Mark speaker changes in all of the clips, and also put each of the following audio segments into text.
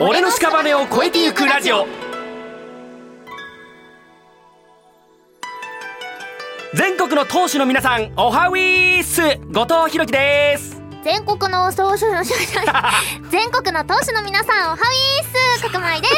Speaker 1: 俺の屍を越えてゆくラジオ全国の党首の皆さんおはウィース後藤弘樹です
Speaker 2: 全国の総書 全国の投手の皆さんおはウィース角舞で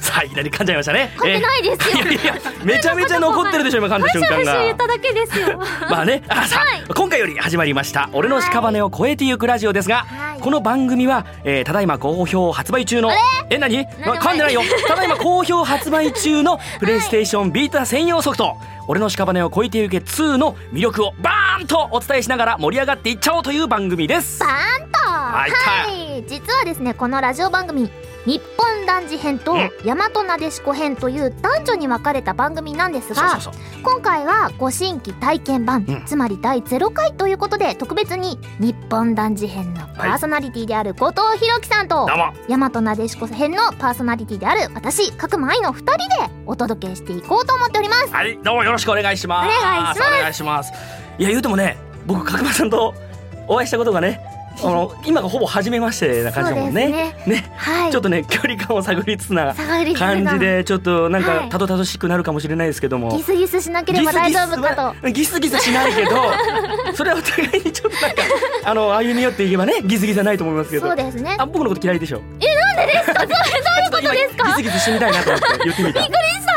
Speaker 2: す
Speaker 1: さあいきなり噛んじゃいましたね
Speaker 2: 噛んでないですよ
Speaker 1: えーいやいや めちゃめちゃ残ってるでしょ今噛んだ 瞬間
Speaker 2: 最初言っ
Speaker 1: が
Speaker 2: ただけですよ
Speaker 1: まあねあさあ、
Speaker 2: はい
Speaker 1: 今回より始まりました「俺の屍を越えてゆくラジオ」ですが、
Speaker 2: はい
Speaker 1: この番組は、えーただいま好評発売中のえ何
Speaker 2: でもない
Speaker 1: 噛んでないよただいま好評発売中 のプレイステーションビータ専用ソフト「俺の屍を越えてゆけ2」の魅力をバーンとお伝えしながら盛り上がっていっちゃおうという番組です
Speaker 2: バーンと
Speaker 1: はい
Speaker 2: はい実はですねこのラジオ番組日本男児編と
Speaker 1: う
Speaker 2: 大
Speaker 1: ん
Speaker 2: 和なでしこ編という男女に分かれた番組なんで
Speaker 1: そ
Speaker 2: す
Speaker 1: うそ
Speaker 2: が
Speaker 1: うそう
Speaker 2: 今回はご新規体験版、
Speaker 1: うん
Speaker 2: つまり第0回ということで特別に日本男児編のパーソナリティである後藤弘樹さんと
Speaker 1: どうも
Speaker 2: 大和なでしこ編のパーソナリティである私角間愛の2人でお届けしていこうと思っております
Speaker 1: はいどうもよろしくお願いします
Speaker 2: お願いします
Speaker 1: お願いしますいや言うてもね僕角間さんとお会いしたことがねあの今がほぼ初めましてな感じだもんね
Speaker 2: そうです
Speaker 1: ね
Speaker 2: はい
Speaker 1: ちょっとね距離感を探りつつな
Speaker 2: 探りつつな
Speaker 1: 感じでちょっとなん
Speaker 2: は
Speaker 1: か
Speaker 2: い
Speaker 1: たどたどしくなるかもしれないですけども、
Speaker 2: ギスギスしなければ大丈夫かと
Speaker 1: とギスギスはギスギスしないけ どそれはお互いにちょっとなんかあの歩み寄っていけばねギスギスはないと思いますけど
Speaker 2: そうですね
Speaker 1: あ僕のこと嫌いでしょえ なんでですかどういうことですかギスギスしてみたいなと思って言ってみた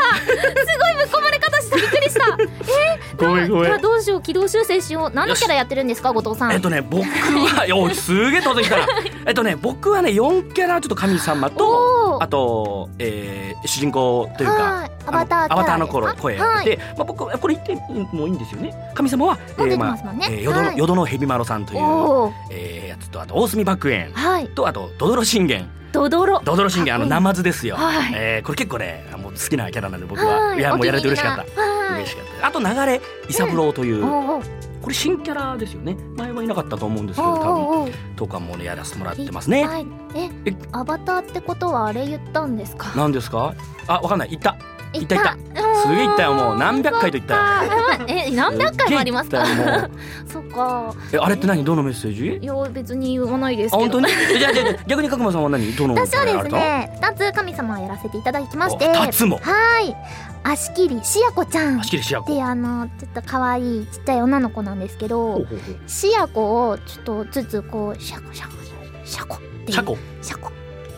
Speaker 2: すごいぶっ込まれ方したびっくりした
Speaker 1: ごめんごめ
Speaker 2: じゃあ
Speaker 1: ん
Speaker 2: どうしよう軌道修正しよう何のキャラやってるんですか後藤さん、
Speaker 1: えっとね僕はおいすげえ届い たなえっとね僕はね4キャラちょっと神様
Speaker 2: お
Speaker 1: と
Speaker 2: ー
Speaker 1: あと、えー主人公というか
Speaker 2: はい
Speaker 1: あの
Speaker 2: アバターキャラですか
Speaker 1: アバターの頃声を
Speaker 2: は
Speaker 1: やっ
Speaker 2: い
Speaker 1: てて、まあ、僕はこれ言ってもいいんですよね神様は、
Speaker 2: 持ってき
Speaker 1: ま
Speaker 2: ま
Speaker 1: あ
Speaker 2: すもんね
Speaker 1: えー淀の
Speaker 2: はい
Speaker 1: 淀の蛇丸さんという、
Speaker 2: おお
Speaker 1: えーやつとあと大隅爆炎
Speaker 2: はい
Speaker 1: とあとドドロ信玄
Speaker 2: ドドロ
Speaker 1: ドドロ信玄あの
Speaker 2: かっこ
Speaker 1: ナ
Speaker 2: いい
Speaker 1: マズですよ、
Speaker 2: はい
Speaker 1: えーこれ結構ねもう好きなキャラなんで僕は、
Speaker 2: はい
Speaker 1: い、やもうやれて
Speaker 2: お
Speaker 1: 嬉
Speaker 2: 気
Speaker 1: し
Speaker 2: に
Speaker 1: か
Speaker 2: 入
Speaker 1: っ
Speaker 2: り
Speaker 1: た
Speaker 2: なはい
Speaker 1: 嬉しかったあと流れ伊三郎という、
Speaker 2: おう
Speaker 1: これ新キャラですよね前はいなかったと思うんですけ
Speaker 2: おう
Speaker 1: ど多分
Speaker 2: おうおう
Speaker 1: とかもねやらせてもらってますね
Speaker 2: はい
Speaker 1: え
Speaker 2: えアバターってことはあれ言ったんですか
Speaker 1: 何ですかあわかんない行った
Speaker 2: 言
Speaker 1: った言すげえ言ったよもう何百回と言ったよ
Speaker 2: よ え何百回もありますか
Speaker 1: すっげえ行 ったよもう
Speaker 2: そっか
Speaker 1: えあれって何どのメッセージ
Speaker 2: いや別に言わないです
Speaker 1: あ
Speaker 2: けど
Speaker 1: 本当に えじゃあじゃあじゃあ逆に角間さんは何どの
Speaker 2: 私はで
Speaker 1: あ
Speaker 2: す
Speaker 1: れだ
Speaker 2: ね二つ神様をやらせていただきまして
Speaker 1: お二つも
Speaker 2: はい足切りしやこちゃん
Speaker 1: 足切りしやこ
Speaker 2: であのちょっと可愛いちっちゃい女の子なんです
Speaker 1: ほ
Speaker 2: け
Speaker 1: う
Speaker 2: ど
Speaker 1: ほうほう
Speaker 2: しやこをちょっとずつこうしやこしゃこしゃこっていう
Speaker 1: シャコ
Speaker 2: しゃこ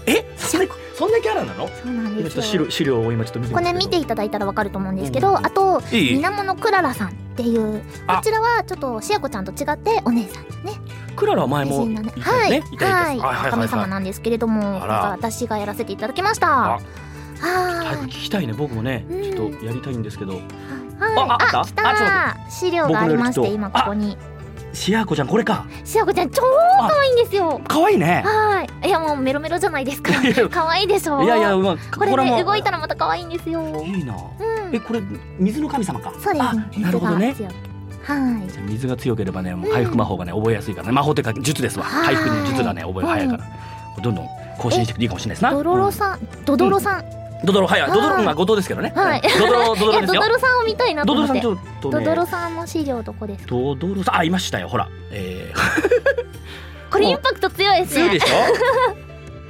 Speaker 1: えそんなそんなキャラなの
Speaker 2: そうなん
Speaker 1: 今ち
Speaker 2: で
Speaker 1: ょっと
Speaker 2: す
Speaker 1: 資
Speaker 2: よ
Speaker 1: 料資料を今ちょっと見て
Speaker 2: こ
Speaker 1: ますけ
Speaker 2: れ
Speaker 1: ど
Speaker 2: 見ていただいたらわかると思うんですけ
Speaker 1: うん
Speaker 2: ど
Speaker 1: うんうん
Speaker 2: あと
Speaker 1: いい
Speaker 2: 水面のクララさんっていう
Speaker 1: あ
Speaker 2: こちらはちょっとしやこちゃんと違ってお姉さんですね
Speaker 1: クララは前もい
Speaker 2: 美人
Speaker 1: た
Speaker 2: な
Speaker 1: よ
Speaker 2: ね
Speaker 1: ね
Speaker 2: はい
Speaker 1: いたいた
Speaker 2: はい神様なんですけれどもなん
Speaker 1: あら
Speaker 2: か私がやらせていただきました
Speaker 1: あ
Speaker 2: は
Speaker 1: 早く聞
Speaker 2: い
Speaker 1: きたいね僕もね
Speaker 2: うん
Speaker 1: ちょっとやりたいんですけど
Speaker 2: はい
Speaker 1: あああ
Speaker 2: あ
Speaker 1: った
Speaker 2: 来
Speaker 1: あちょっと
Speaker 2: た資料がありま
Speaker 1: 僕のより
Speaker 2: し
Speaker 1: ちょってと
Speaker 2: 今ここに
Speaker 1: シアコちゃんこれか
Speaker 2: しやこちゃん超可愛いんですよ
Speaker 1: 可愛いね
Speaker 2: はいいやもうメロメロじゃないですか
Speaker 1: いやいや
Speaker 2: 可愛いでしょ
Speaker 1: いやいやまあ
Speaker 2: これ
Speaker 1: も
Speaker 2: ね動いたらまた可愛いんですようん
Speaker 1: いいなえこれ水の神様か
Speaker 2: そうですね
Speaker 1: あなるほどね
Speaker 2: 水が強くはい
Speaker 1: じゃあ水が強ければねもう
Speaker 2: うん
Speaker 1: 回復魔法がね覚えやすいからね魔法というか術ですわ
Speaker 2: は
Speaker 1: 回
Speaker 2: い
Speaker 1: 復の術がね覚え早いからどんどん更新していくといいかもしれないですな
Speaker 2: ドロロ
Speaker 1: うん
Speaker 2: さん、ドドロさん、
Speaker 1: ドドロはいはい
Speaker 2: はい
Speaker 1: ドドロ君は後藤ですけどね
Speaker 2: はい
Speaker 1: うんドドロドド
Speaker 2: い
Speaker 1: ロ
Speaker 2: や
Speaker 1: で
Speaker 2: ド
Speaker 1: す
Speaker 2: ド
Speaker 1: よ
Speaker 2: ロさんを見たいなと
Speaker 1: ドドロ
Speaker 2: 思っ
Speaker 1: さんち
Speaker 2: て
Speaker 1: ょっと
Speaker 2: ド
Speaker 1: ね
Speaker 2: ドロさんの資料どこですか
Speaker 1: ドドロさんあいましたよほらえ ー
Speaker 2: これインパクト強いです
Speaker 1: 強い
Speaker 2: ね
Speaker 1: でし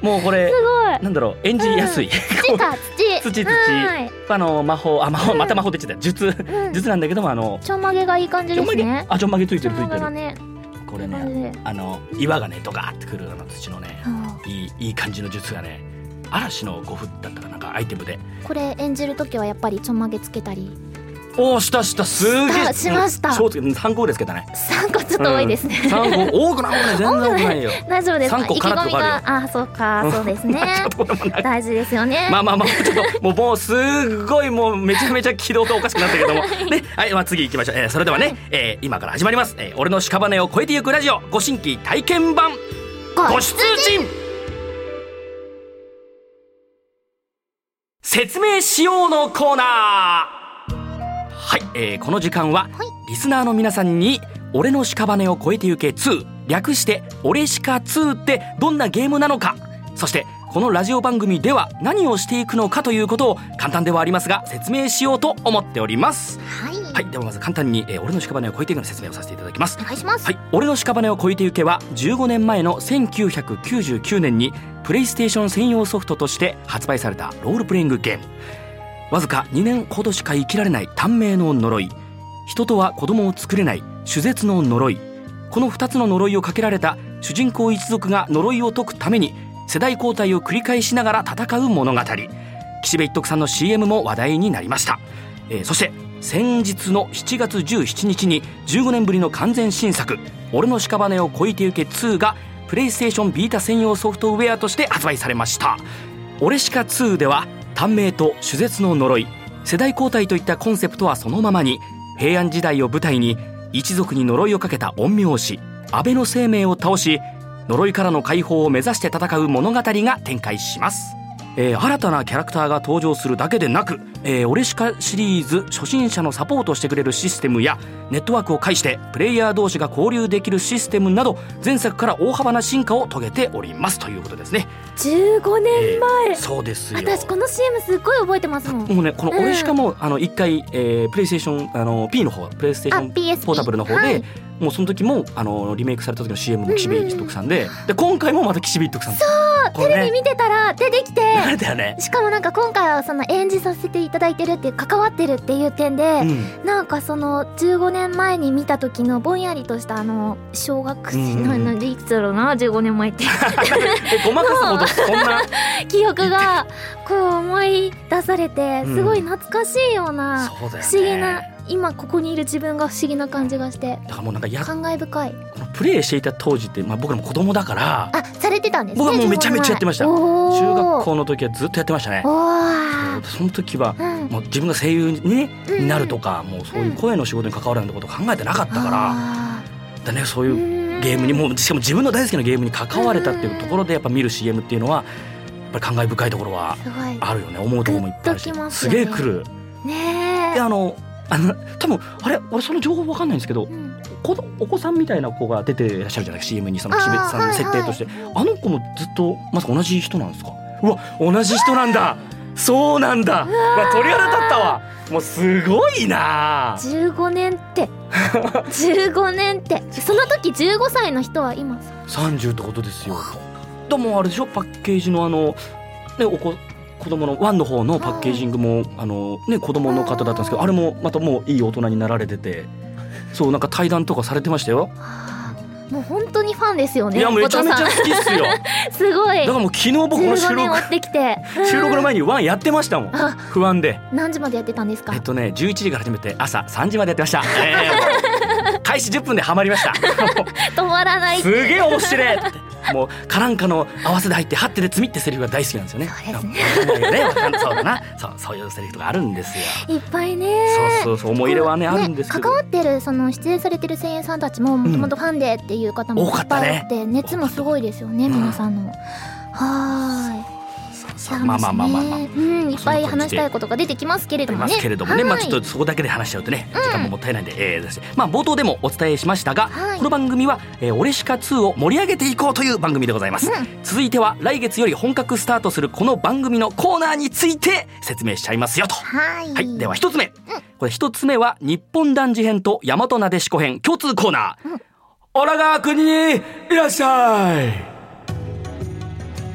Speaker 1: ょもうこれ
Speaker 2: すごい
Speaker 1: なんだろう演じやすい
Speaker 2: 土か土
Speaker 1: 土土
Speaker 2: はい
Speaker 1: あの魔法あ魔法
Speaker 2: うん
Speaker 1: また魔法って言ってた術
Speaker 2: うん
Speaker 1: 術なんだけどもあの
Speaker 2: ちょんまげがいい感じ
Speaker 1: ちょ
Speaker 2: で
Speaker 1: んますげ
Speaker 2: ね
Speaker 1: あちょんまげつい
Speaker 2: ち
Speaker 1: て
Speaker 2: ょ
Speaker 1: るつ
Speaker 2: ん
Speaker 1: い
Speaker 2: ま
Speaker 1: て
Speaker 2: げが
Speaker 1: る
Speaker 2: ね
Speaker 1: これ
Speaker 2: こ
Speaker 1: ね
Speaker 2: れ
Speaker 1: あの岩がねドガーってくるあの土のね
Speaker 2: あー
Speaker 1: いいいい感じの術がね嵐の護符だったかなんかアイテムで
Speaker 2: これ演じる時はやっぱりちょんまげつけたり
Speaker 1: おおしたしたすげえ
Speaker 2: したしました
Speaker 1: 超つけ3個ぐらいつけたね
Speaker 2: 三個ちょっと多いですね、
Speaker 1: 3個多くない多くない全然多くないよ
Speaker 2: 大丈夫ですか
Speaker 1: 三個
Speaker 2: 意気
Speaker 1: から
Speaker 2: 込
Speaker 1: と
Speaker 2: み
Speaker 1: かあ
Speaker 2: がああそうかそうですね
Speaker 1: これもなんか
Speaker 2: 大事ですよね、
Speaker 1: まあまあまあちょっともうもうすっごいもうめちゃめちゃ軌道がおかしくなったけどもねはいまあ次行きましょう、えーそれではね、えー今から始まります、えー俺の屍を越えてゆくラジオご新規体験版ご出陣説明しようのコーナーはい、えーこの時間は
Speaker 2: はい
Speaker 1: リスナーの皆さんに「俺の屍を越えてゆけ2」略して「俺しか2」ってどんなゲームなのかそしてこのラジオ番組では何をしていくのかということを簡単ではありますが説明しようと思っております
Speaker 2: はい、
Speaker 1: はいではまず簡単に、えー俺の屍を越えていくの説明をさせていただきます
Speaker 2: お願いします、
Speaker 1: はい、俺の屍を越えてゆけは15年前の1999年にプレイステーション専用ソフトとして発売されたロールプレイングゲームわずか2年ほどしか生きられない短命の呪い人とは子供を作れない手絶の呪いこの2つの呪いをかけられた主人公一族が呪いを解くために世代交代を繰り返しながら戦う物語岸辺一徳さんの CM も話題になりました、えーそして先日の7月17日に15年ぶりの完全新作「俺の屍を越えてゆけ2」がプレイステーションビータ専用ソフトウェアとして発売されました「俺しか2」では短命と手絶の呪い世代交代といったコンセプトはそのままに平安時代を舞台に一族に呪いをかけた陰陽師安倍の生命を倒し呪いからの解放を目指して戦う物語が展開します、えー新たなキャラクターが登場するだけでなく「えー、俺しか」シリーズ初心者のサポートをしてくれるシステムやネットワークを介してプレイヤー同士が交流できるシステムなど前作から大幅な進化を遂げておりますということですね。
Speaker 2: 15
Speaker 1: え
Speaker 2: 年
Speaker 1: ー
Speaker 2: 前、
Speaker 1: そうですよ
Speaker 2: 私この CM すっごい覚えてますもん
Speaker 1: もうねこの
Speaker 2: うん
Speaker 1: 俺しかも、あの一回、えープレイステーションあの P の方プレイステー
Speaker 2: あ
Speaker 1: ション
Speaker 2: PSP
Speaker 1: ポータブルの方で、
Speaker 2: はい
Speaker 1: もうその時もあのリメイクされた時の CM も岸
Speaker 2: うんう
Speaker 1: 辺
Speaker 2: ん
Speaker 1: 一徳さんで,、で今回もまた岸辺一徳さんそうこ
Speaker 2: テ
Speaker 1: れ
Speaker 2: レビ
Speaker 1: ね
Speaker 2: 見てたら出てきて
Speaker 1: 慣れだよね、
Speaker 2: しかもなんか今回はその演じさせていただいてるっていう関わってるっていう点で、
Speaker 1: うん、
Speaker 2: なんかその15年前に見た時のぼんやりとしたあの小学生
Speaker 1: うんう
Speaker 2: の
Speaker 1: ん
Speaker 2: なんでいくつだろうな15年前って
Speaker 1: えごまかすほどそんな
Speaker 2: 記憶がこう思い出されて
Speaker 1: うん
Speaker 2: すごい懐かしいような
Speaker 1: そうだよね
Speaker 2: 不思議な今ここにいる自分が不思議な感じがして
Speaker 1: だからもうなんかや
Speaker 2: 感慨深い
Speaker 1: このプレイしていた当時って、まあ、僕らも子供だから
Speaker 2: あされてたんですね
Speaker 1: 僕はもうめちゃめちゃやってました中学
Speaker 2: 校
Speaker 1: 校の時はずっとやってましたね
Speaker 2: お
Speaker 1: そ
Speaker 2: ー
Speaker 1: うその時は
Speaker 2: うん
Speaker 1: もう自分が声優に,、ね
Speaker 2: うん
Speaker 1: になるとかもうそういう声の仕事に関わるなんてことを考えてなかったから、
Speaker 2: あ
Speaker 1: だねそういう
Speaker 2: ー
Speaker 1: ゲームに
Speaker 2: うん
Speaker 1: もうしかも自分の大好きなゲームに関われたっていうところでやっぱ見る CM っていうのはやっぱり感慨深いところは
Speaker 2: すごい
Speaker 1: あるよね思うところもいっぱいあるし
Speaker 2: グッときます
Speaker 1: す
Speaker 2: よ
Speaker 1: げ
Speaker 2: ね
Speaker 1: え来る
Speaker 2: ね
Speaker 1: で
Speaker 2: え
Speaker 1: あのあの多分あれ俺その情報わかんないんですけど
Speaker 2: うん
Speaker 1: こお子さんみたいな子が出ていらっしゃるじゃない CM にその岸辺さんの設定としてあの子もずっとまさか同じ人なんですかうわ同じ人なんだそうなんだうわ鳥肌立ったわもうすごいな
Speaker 2: 15年って 15年ってその時15歳の人は今
Speaker 1: 30ってことですよ。でもあれでしょパッケージのあのねおこ子供のワンの方のパッケージングもあのね子供の方だったんですけどあれもまたもういい大人になられてて。そうなんか対談とかされてましたよ。
Speaker 2: あーもう本当にファンですよね
Speaker 1: いやめちゃめちゃ
Speaker 2: 後藤
Speaker 1: 好きっす よ。だ
Speaker 2: さんすごい
Speaker 1: からもう昨日僕この収
Speaker 2: 15年追
Speaker 1: 録
Speaker 2: ってきて
Speaker 1: 収録の前にワンやってましたもん。
Speaker 2: あ
Speaker 1: 不安で。
Speaker 2: 何時までやってたんですか
Speaker 1: えっとね11時から始めて朝3時までやってました。え ーもう開始10分でハマりました。もう
Speaker 2: 止まらない
Speaker 1: すげえ面白いってもう「カランカ」の合わせで入って「はってで罪」ってセリフが大好きなんですよね。
Speaker 2: そうですね
Speaker 1: ね。ねわかんそうだなそうそういうセリフとかあるんですよ。
Speaker 2: いっぱいね
Speaker 1: そうそうそう思い入れはねあるんですけど
Speaker 2: 関わってるその出演されてる声優さんたちももともとファンでっていう方も
Speaker 1: 多か
Speaker 2: い
Speaker 1: っ
Speaker 2: ったぱ
Speaker 1: ね
Speaker 2: いあって熱もすごいですよね
Speaker 1: うん
Speaker 2: 皆さんのは
Speaker 1: そう
Speaker 2: ー
Speaker 1: そう
Speaker 2: い
Speaker 1: まあまあまあまあまあ。
Speaker 2: 幸せですねうんいっぱい話したいことが出てきますけれ
Speaker 1: あ
Speaker 2: ど
Speaker 1: り
Speaker 2: も
Speaker 1: ま
Speaker 2: ね
Speaker 1: すけれどもね、まあ
Speaker 2: はい
Speaker 1: ちょっとそこだけで話しちゃうとね、時間ももったいないんで、えーですねまあ冒頭でもお伝えしましたが、
Speaker 2: はい
Speaker 1: この番組は、えー俺しか2を盛り上げていこうという番組でございます、
Speaker 2: うん
Speaker 1: 続いては来月より本格スタートするこの番組のコーナーについて説明しちゃいますよと
Speaker 2: はい
Speaker 1: はい、では一つ目、これ一つ目は日本男児編と大和なでしこ編共通コーナー、
Speaker 2: うん
Speaker 1: オラが国にいらっしゃい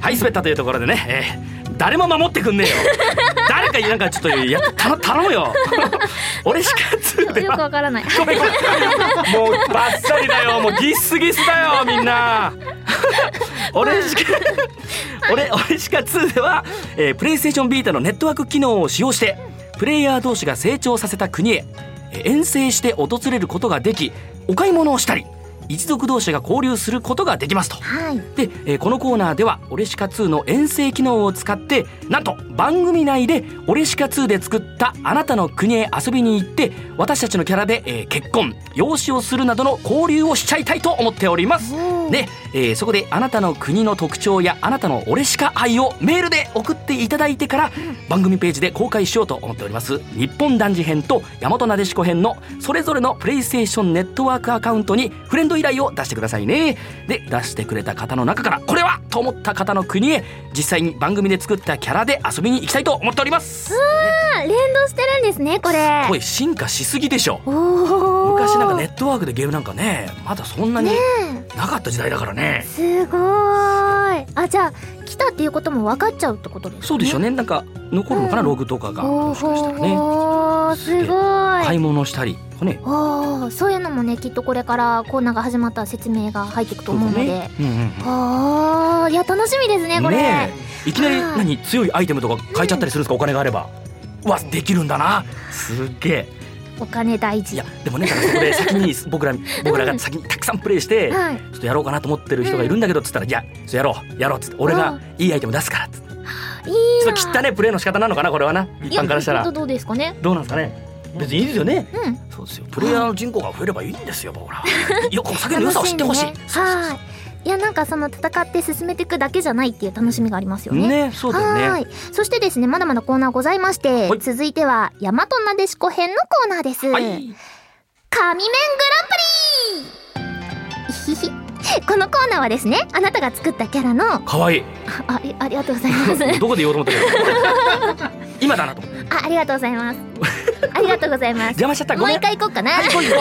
Speaker 1: はい滑ったというところでね、えー誰も守ってくん ねえよ誰かなんかちょっとやた頼むよ俺しかつうで
Speaker 2: よく
Speaker 1: は
Speaker 2: わからない
Speaker 1: ごめんごめんもうバッサリだよもうギスギスだよみんな俺しか俺俺しか2では、えープレイステーションビータのネットワーク機能を使用してプレイヤー同士が成長させた国へえー遠征して訪れることができお買い物をしたり一族同士が交流することができますと
Speaker 2: はい
Speaker 1: で、えーこのコーナーでは「オレシカ2」の遠征機能を使ってなんと番組内で「オレシカ2」で作ったあなたの国へ遊びに行って私たちのキャラで、えー結婚養子をするなどの交流をしちゃいたいと思っております。ねえーそこであなたの国の特徴やあなたのオレシカ愛をメールで送っていただいてから番組ページで公開しようと思っております日本男児編と大和なでしこ編のそれぞれのプレイステーションネットワークアカウントにフレンド依頼を出してくださいねで出してくれた方の中からこれはと思った方の国へ実際に番組で作ったキャラで遊びに行きたいと思っております
Speaker 2: あ連動してるんですねこれ
Speaker 1: すごい進化しすぎでしょ
Speaker 2: おお
Speaker 1: 昔なんかネットワークでゲームなんかねまだそんなに
Speaker 2: ね
Speaker 1: なかった時代だからね
Speaker 2: すごーいあじゃあ来たっていうことも分かっちゃうってことですね
Speaker 1: そうでしょうねなんか残るのかな、
Speaker 2: うん
Speaker 1: ログとかが
Speaker 2: お
Speaker 1: もしかしたらね
Speaker 2: おすごい、
Speaker 1: 買い物したりね
Speaker 2: おおそういうのもねきっとこれからコーナーが始まったら説明が入っていくと思うので、
Speaker 1: ねうんうんうん
Speaker 2: あーいや楽しみですねこれ
Speaker 1: ねえいきなり
Speaker 2: あー
Speaker 1: 何強いアイテムとか買えちゃったりするんですか、お金があればうわできるんだなすっげえ
Speaker 2: お金大
Speaker 1: い
Speaker 2: 事
Speaker 1: やでもねだからそこで先に 僕ら僕らが先にたくさんプレイして、ちょ
Speaker 2: はい
Speaker 1: っとやろうかなと思ってる人がいるんだけどっつったら「いやちょっとやろうやろう」っつって「俺
Speaker 2: う
Speaker 1: が
Speaker 2: ん
Speaker 1: いいアイテム出すから」っつって
Speaker 2: いい
Speaker 1: ちょ
Speaker 2: な
Speaker 1: っと汚ねプレイの仕方なのかなこれはない一
Speaker 2: や
Speaker 1: 般からした
Speaker 2: ちょ
Speaker 1: ら
Speaker 2: っとどうですかね
Speaker 1: どうなんですかね別にいいですよね
Speaker 2: うん
Speaker 1: そうですよプレイヤーの人口が増えればいいんですよ僕らいやこの先の良さを知ってほしい
Speaker 2: 楽んでねはいいやなんかその戦って進めていくだけじゃないっていう楽しみがありますよね
Speaker 1: ねそうだよ
Speaker 2: は
Speaker 1: ね
Speaker 2: いそしてですねまだまだコーナーございまして、
Speaker 1: はい
Speaker 2: 続いては大和なでしこ編のコーナーです、
Speaker 1: はい
Speaker 2: 神面グランプリいひひこのコーナー はですねあなたが作ったキャラのあ
Speaker 1: かわいい
Speaker 2: ありありがとうございます あ
Speaker 1: どこで言おうと思ったけど 今だなと思って
Speaker 2: ありがとうございますありがとうございます
Speaker 1: 邪魔しちゃった
Speaker 2: も
Speaker 1: ご
Speaker 2: う
Speaker 1: めん
Speaker 2: 一回行こうかな、
Speaker 1: はい来いよ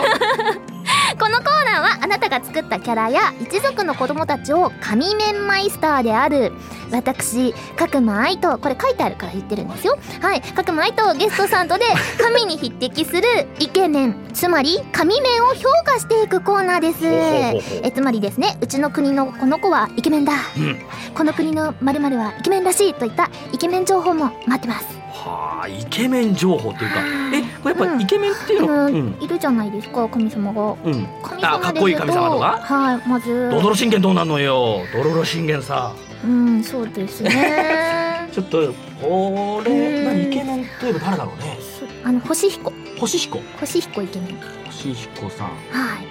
Speaker 2: このコーナーはあなたが作ったキャラや一族の子供たちを神面マイスターである私角間愛とこれ書いてあるから言ってるんですよはい角間愛とゲストさんとで神に匹敵するイケメンつまり神面を評価していくコーナーです
Speaker 1: ほうほうほうほう
Speaker 2: えつまりですねうちの国のこの子はイケメンだ
Speaker 1: うん
Speaker 2: この国のまるはイケメンらしいといったイケメン情報も待ってます
Speaker 1: はあイケメン情報っていうか
Speaker 2: はい
Speaker 1: えこれやっぱイケメンっていうの
Speaker 2: う
Speaker 1: うんん
Speaker 2: いるじゃないですか神様が
Speaker 1: うん
Speaker 2: 神
Speaker 1: あかっこいい神様とか
Speaker 2: はいまず
Speaker 1: ドドロ神剣どうなんのよドロロ神剣さ。
Speaker 2: うん、そうですね
Speaker 1: ちょっとこ
Speaker 2: う
Speaker 1: れ
Speaker 2: ん
Speaker 1: まあイケメンといえば誰だろうね
Speaker 2: そあの星彦、
Speaker 1: 星彦
Speaker 2: 星彦イケメン。
Speaker 1: 星彦さん
Speaker 2: はい。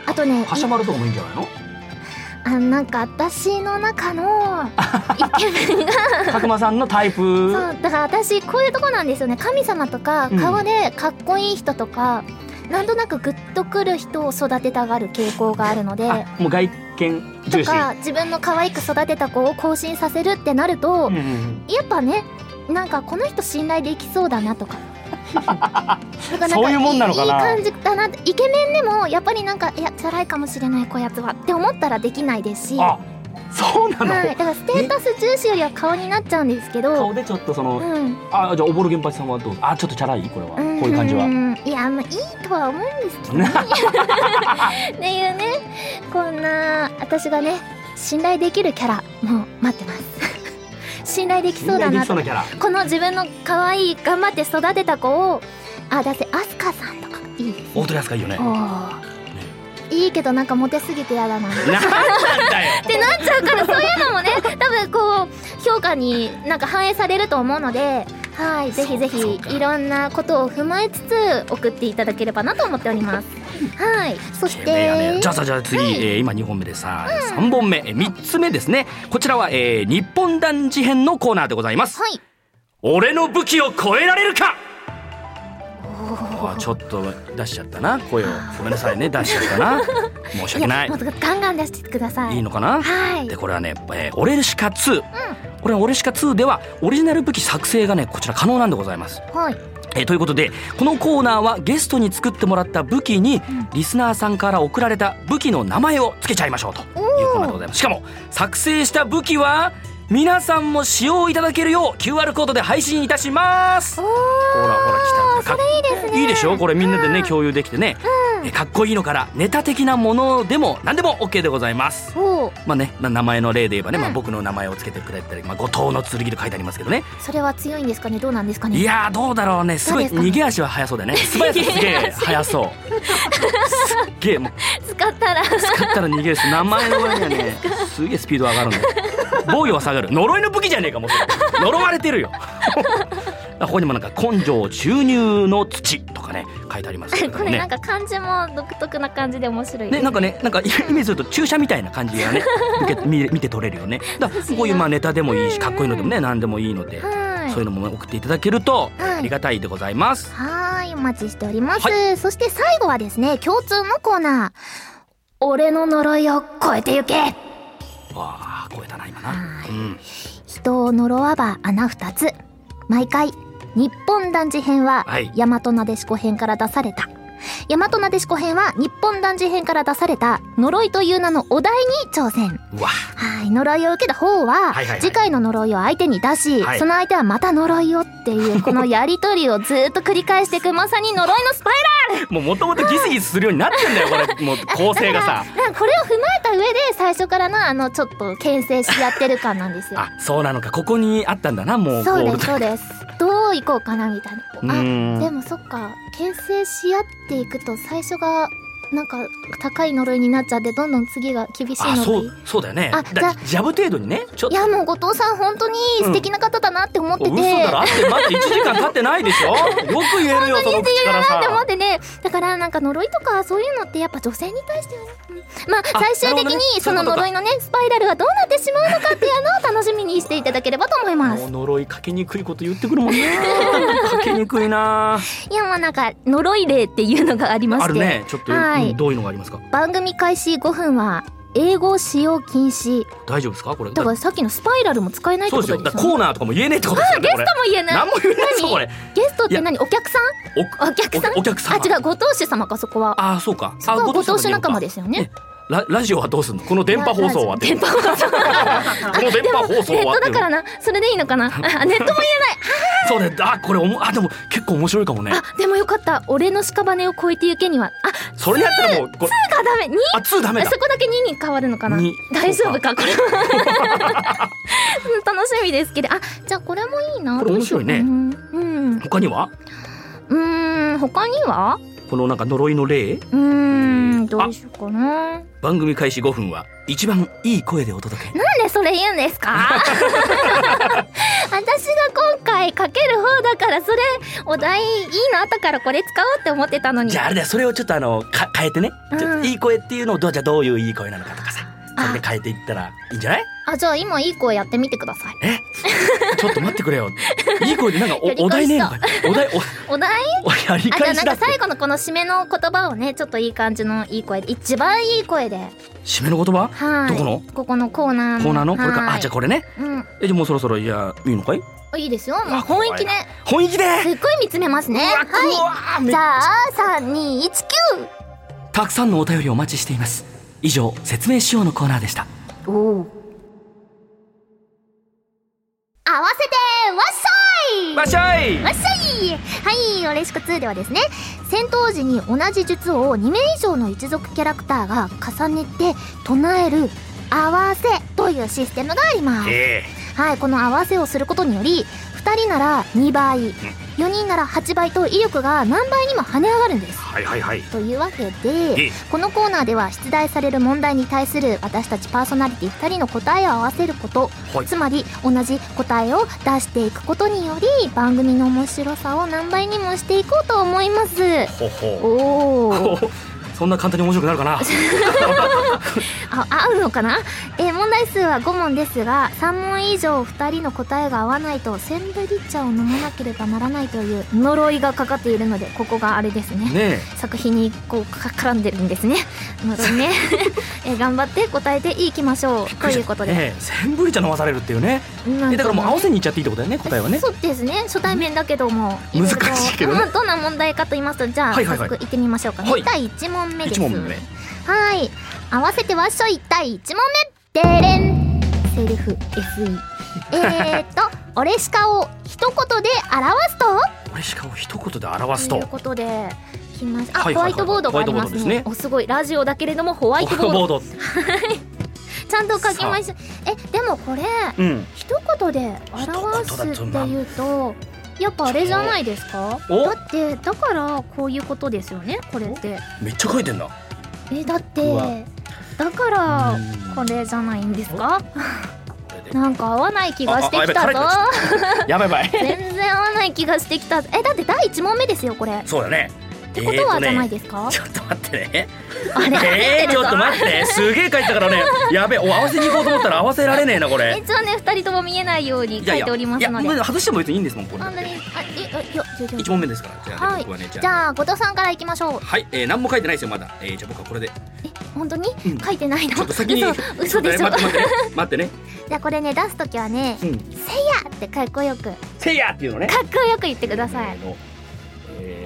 Speaker 2: あとね、
Speaker 1: はしゃまるとこもいいんじゃない の
Speaker 2: あのなんか私の中のイケ メンが、
Speaker 1: 角間さんのタイプ
Speaker 2: そうだから私こういうとこなんですよね。神様とか
Speaker 1: うん
Speaker 2: 顔でかっこいい人とか、なんとなくグッとくる人を育てたがる傾向があるので。
Speaker 1: あもう外見
Speaker 2: と
Speaker 1: 重視
Speaker 2: か自分の可愛く育てた子を更新させるってなると、
Speaker 1: うんうんうん
Speaker 2: やっぱねなんかこの人信頼できそうだな とかだからんか
Speaker 1: そういうもんなのかない
Speaker 2: い感じだなってイケメンでもやっぱりなんかいやチャラいかもしれないこやつはって思ったらできないですし、
Speaker 1: あ
Speaker 2: は、
Speaker 1: そうないの
Speaker 2: だからステータス重視よりは顔になっちゃうんですけど
Speaker 1: 顔でちょっとそ
Speaker 2: うん
Speaker 1: のあじゃあおぼろげんぱちさんはどうあちょっとチャラいこれは
Speaker 2: ん
Speaker 1: こういう感じは
Speaker 2: んいやまあいいとは思うんですけどねっていうねこんな私がね信頼できるキャラもう待ってます 信頼できそうだな
Speaker 1: で
Speaker 2: と
Speaker 1: きそうなキャラ
Speaker 2: この自分の可愛い頑張って育てた子をあだせアスカさんとかいいです
Speaker 1: 大鳥安がいいよね
Speaker 2: おーいいけどなんかモテすぎてやだな
Speaker 1: なん
Speaker 2: っ
Speaker 1: だよ
Speaker 2: てなっちゃうからそういうの もね多分こう評価になんか反映されると思うのではいぜひぜ
Speaker 1: そう
Speaker 2: ひ
Speaker 1: かそうか
Speaker 2: いろんなことを踏まえつつ送っていただければなと思っておりますはいそし
Speaker 1: いやいやいや
Speaker 2: て
Speaker 1: じゃあさじゃあ次、えー今2本目でさ、三3本目えー3つ目ですねこちらは、えー日本男児編のコーナーでございます
Speaker 2: はい
Speaker 1: 俺の武器を超えられるか
Speaker 2: お
Speaker 1: あちょっと出しちゃったな声をごめんなさいね出しちゃった な申し訳ない
Speaker 2: やもっとガンガン出してください
Speaker 1: いいのかな
Speaker 2: はい
Speaker 1: でこれはね、えー俺しか2、これは俺しか2ではオリジナル武器作成がねこちら可能なんでございます
Speaker 2: はい
Speaker 1: えーということでこのコーナーはゲストに作ってもらった武器にリスナーさんから送られた武器の名前を付けちゃいましょうというコーナーでございますしかも作成した武器は皆さんも使用いただけるよう QR コードで配信いたします
Speaker 2: お
Speaker 1: ほ
Speaker 2: ー
Speaker 1: らほら来たかっ
Speaker 2: いいですね
Speaker 1: いいでしょこれみんなでね共有できてね、えーかっこいいのからネタ的なものでも何でも OK でございます
Speaker 2: おー
Speaker 1: まあね、まあ、名前の例で言えばね、まあ、
Speaker 2: うん
Speaker 1: 僕の名前をつけてくれたり、まあ、後藤の剣と書いてありますけどね
Speaker 2: それは強いんですかねどうなんですかね
Speaker 1: いやーどうだろうねすごい
Speaker 2: どうですかね
Speaker 1: 逃げ足は速そうだよね素早さすげえ速そうすっげえもう
Speaker 2: 使ったら
Speaker 1: 使ったら逃げるし名前の割には ねすげえスピード上がるんだよ防御は下がる呪いの武器じゃねえかもうそれ呪われてるよ ここにもなんか根性注入の土とかね書いてありますけど
Speaker 2: これなん
Speaker 1: ね
Speaker 2: か漢字も独特な感じで面白いで
Speaker 1: ね、
Speaker 2: す
Speaker 1: なんかねなんかイメージすると注射みたいな感じが ね受け見見て取れるよねだからこういうまあネタでもいいしかっこいいのでもね何でもいいので
Speaker 2: はい
Speaker 1: そういうのも送っていただけると
Speaker 2: はい
Speaker 1: ありがたいでございます。
Speaker 2: はーいお待ちしております、そして最後はですね共通のコーナー俺の呪いを超えてゆけ
Speaker 1: わあ超えたな今な
Speaker 2: は
Speaker 1: うん
Speaker 2: 人を呪わば穴二つ毎回日本男児編は
Speaker 1: はい
Speaker 2: 大和なでしこ編から出された大和なでしこ編は日本男児編から出された呪いという名のお題に挑戦
Speaker 1: うわ
Speaker 2: はい呪いを受けた方
Speaker 1: は
Speaker 2: は
Speaker 1: いはいはい
Speaker 2: 次回の呪いを相手に出し、
Speaker 1: はい
Speaker 2: その相手はまた呪いをっ ていうこのやり取りをずっと繰り返していくまさに呪いのスパイ
Speaker 1: もうもともとギスギスするようになってんだよこ れもう構成がさ
Speaker 2: ラルこれを踏まえた上で最初からのあのちょっと牽制し合ってる感なんですよ
Speaker 1: あそうなのかここにあったんだなもう
Speaker 2: そう
Speaker 1: ゴー
Speaker 2: で
Speaker 1: ル
Speaker 2: す
Speaker 1: ド
Speaker 2: そうですどう行こうかなみたいな
Speaker 1: う
Speaker 2: あ
Speaker 1: ーん
Speaker 2: でもそっか牽制し合っていくと最初がなんか高い呪いになっちゃってどんどん次が厳しい
Speaker 1: あそ
Speaker 2: 呪いう
Speaker 1: そうだよね
Speaker 2: あ
Speaker 1: だジャブ程度にねちょっ
Speaker 2: い
Speaker 1: と
Speaker 2: やもう後藤さん本当に素敵な方だなって思ってて、
Speaker 1: 嘘だろあって待って1時間経ってないで しょよく言えるよその口から
Speaker 2: だなって思っ
Speaker 1: さ
Speaker 2: てねだからなんか呪いとかそういうのってやっぱ女性に対してはね、うんまあ
Speaker 1: あ
Speaker 2: 最
Speaker 1: な
Speaker 2: 終的
Speaker 1: るほど
Speaker 2: に
Speaker 1: ね
Speaker 2: その呪いのねスパイラルはどうなってしまうのかっていうのを楽しみにしていただければと思います
Speaker 1: もう呪いかけにくいこと言ってくる もんねかけにくいない
Speaker 2: やもうなんか呪い霊っていうのがありま
Speaker 1: あ
Speaker 2: して
Speaker 1: るねちょっと
Speaker 2: はい
Speaker 1: うんどういうのがありますか
Speaker 2: 番組開始5分は英語使用禁止
Speaker 1: 大丈夫ですかこれ
Speaker 2: だからさっきのスパイラルも使えないって
Speaker 1: そう
Speaker 2: こ
Speaker 1: で
Speaker 2: と
Speaker 1: す
Speaker 2: です
Speaker 1: よ
Speaker 2: よ
Speaker 1: だからコーナ
Speaker 2: ね
Speaker 1: ーとかも言えねえってことですよねこれ
Speaker 2: ゲストも言えない
Speaker 1: 何も言えないぞこれ
Speaker 2: ゲストって何お客さんお客さん
Speaker 1: おお客様
Speaker 2: あ違うご当主様かそこは
Speaker 1: ああそうか
Speaker 2: そこはご当主仲間ですすよね
Speaker 1: ララジオはどうすんのこの電波放送はって
Speaker 2: 電波放送
Speaker 1: この電波放送
Speaker 2: ネッ
Speaker 1: は
Speaker 2: ト
Speaker 1: っていう
Speaker 2: だからなそれでいい のかなあネットも言
Speaker 1: そうねあこれおもあでも結構面白いかもね
Speaker 2: えあでもよかった俺の屍を越えて行けにはあ
Speaker 1: それにやったらもうこれ
Speaker 2: がダメに
Speaker 1: あツーダメだ
Speaker 2: そこだけ2に変わるのかな
Speaker 1: に
Speaker 2: 大丈夫かこれ は楽しみですけどあじゃあこれもいいな
Speaker 1: これ面白いね
Speaker 2: どうしよう
Speaker 1: 他
Speaker 2: かなうん
Speaker 1: には
Speaker 2: うんうん他には
Speaker 1: このなんか呪いの例
Speaker 2: うんどうしようかな
Speaker 1: 番組開始5分は一番いい声でお届け
Speaker 2: なんでそれ言うんで すか私が今回かける方だからそれお題いいのあったからこれ使おうって思ってたのに
Speaker 1: じゃああれだよそれをちょっとあのか変えてねちょ
Speaker 2: うん
Speaker 1: いい声っていうのをどうじゃあどういういい声なのかとかさそれで変えていったらいいんじゃない
Speaker 2: あじゃあ今いい声やってみてください
Speaker 1: えちょっと待ってくれよいい声でなんかお
Speaker 2: やり返しそう
Speaker 1: お題ねえのかお題
Speaker 2: お題
Speaker 1: おおやり
Speaker 2: あじゃ
Speaker 1: 返
Speaker 2: あな
Speaker 1: しだ
Speaker 2: んか
Speaker 1: って
Speaker 2: 最後のこの締めの言葉をねちょっといい感じのいい声で一番いい声で
Speaker 1: 締めの言葉
Speaker 2: はい
Speaker 1: どこの
Speaker 2: ここのコーナー
Speaker 1: コーナーのこれか
Speaker 2: はい
Speaker 1: あじゃあこれね
Speaker 2: うん
Speaker 1: えじゃあもうそろそろじゃあいいのかい
Speaker 2: あいいですよもう
Speaker 1: あ
Speaker 2: 本気ね
Speaker 1: 本意気です
Speaker 2: っごい見つめますねは
Speaker 1: うわー
Speaker 2: い
Speaker 1: め
Speaker 2: じゃあ三二一九
Speaker 1: たくさんのお便りをお待ちしています以上説明しようのコーナーでした
Speaker 2: おお合わせてわっしょい
Speaker 1: わっしゃい
Speaker 2: わっしゃいはい、オレシコ2ではですね、戦闘時に同じ術を2名以上の一族キャラクターが重ねて唱える合わせというシステムがあります。
Speaker 1: え
Speaker 2: はい、この合わせをすることにより、2人なら2倍、4人なら8倍と威力が何倍にも跳ね上がるんです。
Speaker 1: はいはいはい
Speaker 2: というわけ
Speaker 1: え
Speaker 2: で
Speaker 1: え
Speaker 2: このコーナーでは出題される問題に対する私たちパーソナリティ2人の答えを合わせること
Speaker 1: はい
Speaker 2: つまり同じ答えを出していくことにより番組の面白さを何倍にもしていこうと思います
Speaker 1: ほほ
Speaker 2: おお
Speaker 1: そんな簡単に面白くなるかな
Speaker 2: あ合うのかな、えー問題数は5問ですが3問以上2人の答えが合わないとセンブリ茶を飲まなければならないという呪いがかかっているのでここがあれですね
Speaker 1: ね
Speaker 2: 作品にこうか絡んでるんですね。なの でね、え頑張って答えていきましょう
Speaker 1: え
Speaker 2: ということで。
Speaker 1: ねえセンブリ茶飲まされるっていうね
Speaker 2: なん
Speaker 1: えだからもう合わ
Speaker 2: ね
Speaker 1: せにいっちゃっていいってことだよね答えはね
Speaker 2: そうですね初対面だけども
Speaker 1: うん
Speaker 2: ろろと
Speaker 1: 難しいけどね
Speaker 2: うんどんな問題かと言いますとじゃあ、
Speaker 1: はいはいはい
Speaker 2: 早速いってみましょうかね、
Speaker 1: はい
Speaker 2: 第1問目で
Speaker 1: 一
Speaker 2: す
Speaker 1: 問目
Speaker 2: はい合わせてわっしょい第1問目デレンセルフ SE えーっと「俺しか」を一言で表すと
Speaker 1: 俺しかを一言で表す
Speaker 2: とい
Speaker 1: と
Speaker 2: うことで来ましたあ、
Speaker 1: はいはいはい
Speaker 2: ホワイトボードがありますね
Speaker 1: ホワイトボードですね
Speaker 2: おすごいラジオだけれどもホワイトボード
Speaker 1: ボード
Speaker 2: ちゃんと書きましたえでもこれ
Speaker 1: うん
Speaker 2: 一言で表すっていうとやっぱあれじゃないですか
Speaker 1: お
Speaker 2: だってだからこういうことですよねこれって
Speaker 1: めっちゃ書いてんだ
Speaker 2: えだっ
Speaker 1: うわ
Speaker 2: てだか
Speaker 1: う
Speaker 2: ら
Speaker 1: ん
Speaker 2: これじゃないんですか
Speaker 1: これで
Speaker 2: なんか合わない気がしてき
Speaker 1: ああ
Speaker 2: た
Speaker 1: や
Speaker 2: ぞ
Speaker 1: ばいやばいやばい
Speaker 2: 全然合わない気がしてきたぞえだって第一問目ですよこれっ
Speaker 1: そうだね
Speaker 2: てことはじゃない
Speaker 1: で
Speaker 2: ですか、
Speaker 1: ちょっと待ってね
Speaker 2: あれ
Speaker 1: えー、ちょっと待ってすげえ書いてたからねやべえお合わせに行こうと思ったら合わせられねえなこれ
Speaker 2: 一応ね二人とも見えないように書いておりますの
Speaker 1: い
Speaker 2: で
Speaker 1: やいや外しても別にいいんですもんこれ
Speaker 2: あんなにあええよよよ
Speaker 1: 一問目ですからじゃあね、
Speaker 2: はい
Speaker 1: 僕はねじゃあ
Speaker 2: じゃあ後藤さんからいきましょう
Speaker 1: はい、えー、何も書いてないですよまだ、えー、じゃあ僕はこれで
Speaker 2: え本当に、
Speaker 1: うん
Speaker 2: 書いてないの
Speaker 1: ちょっと先に
Speaker 2: 嘘嘘でしょ
Speaker 1: ちっと待って待 ってね
Speaker 2: じゃあこれね出す時はね
Speaker 1: 待ってねうん
Speaker 2: 「せいや!」ってかっこよくかっ
Speaker 1: せいやっていうのね
Speaker 2: こよく言ってください
Speaker 1: えー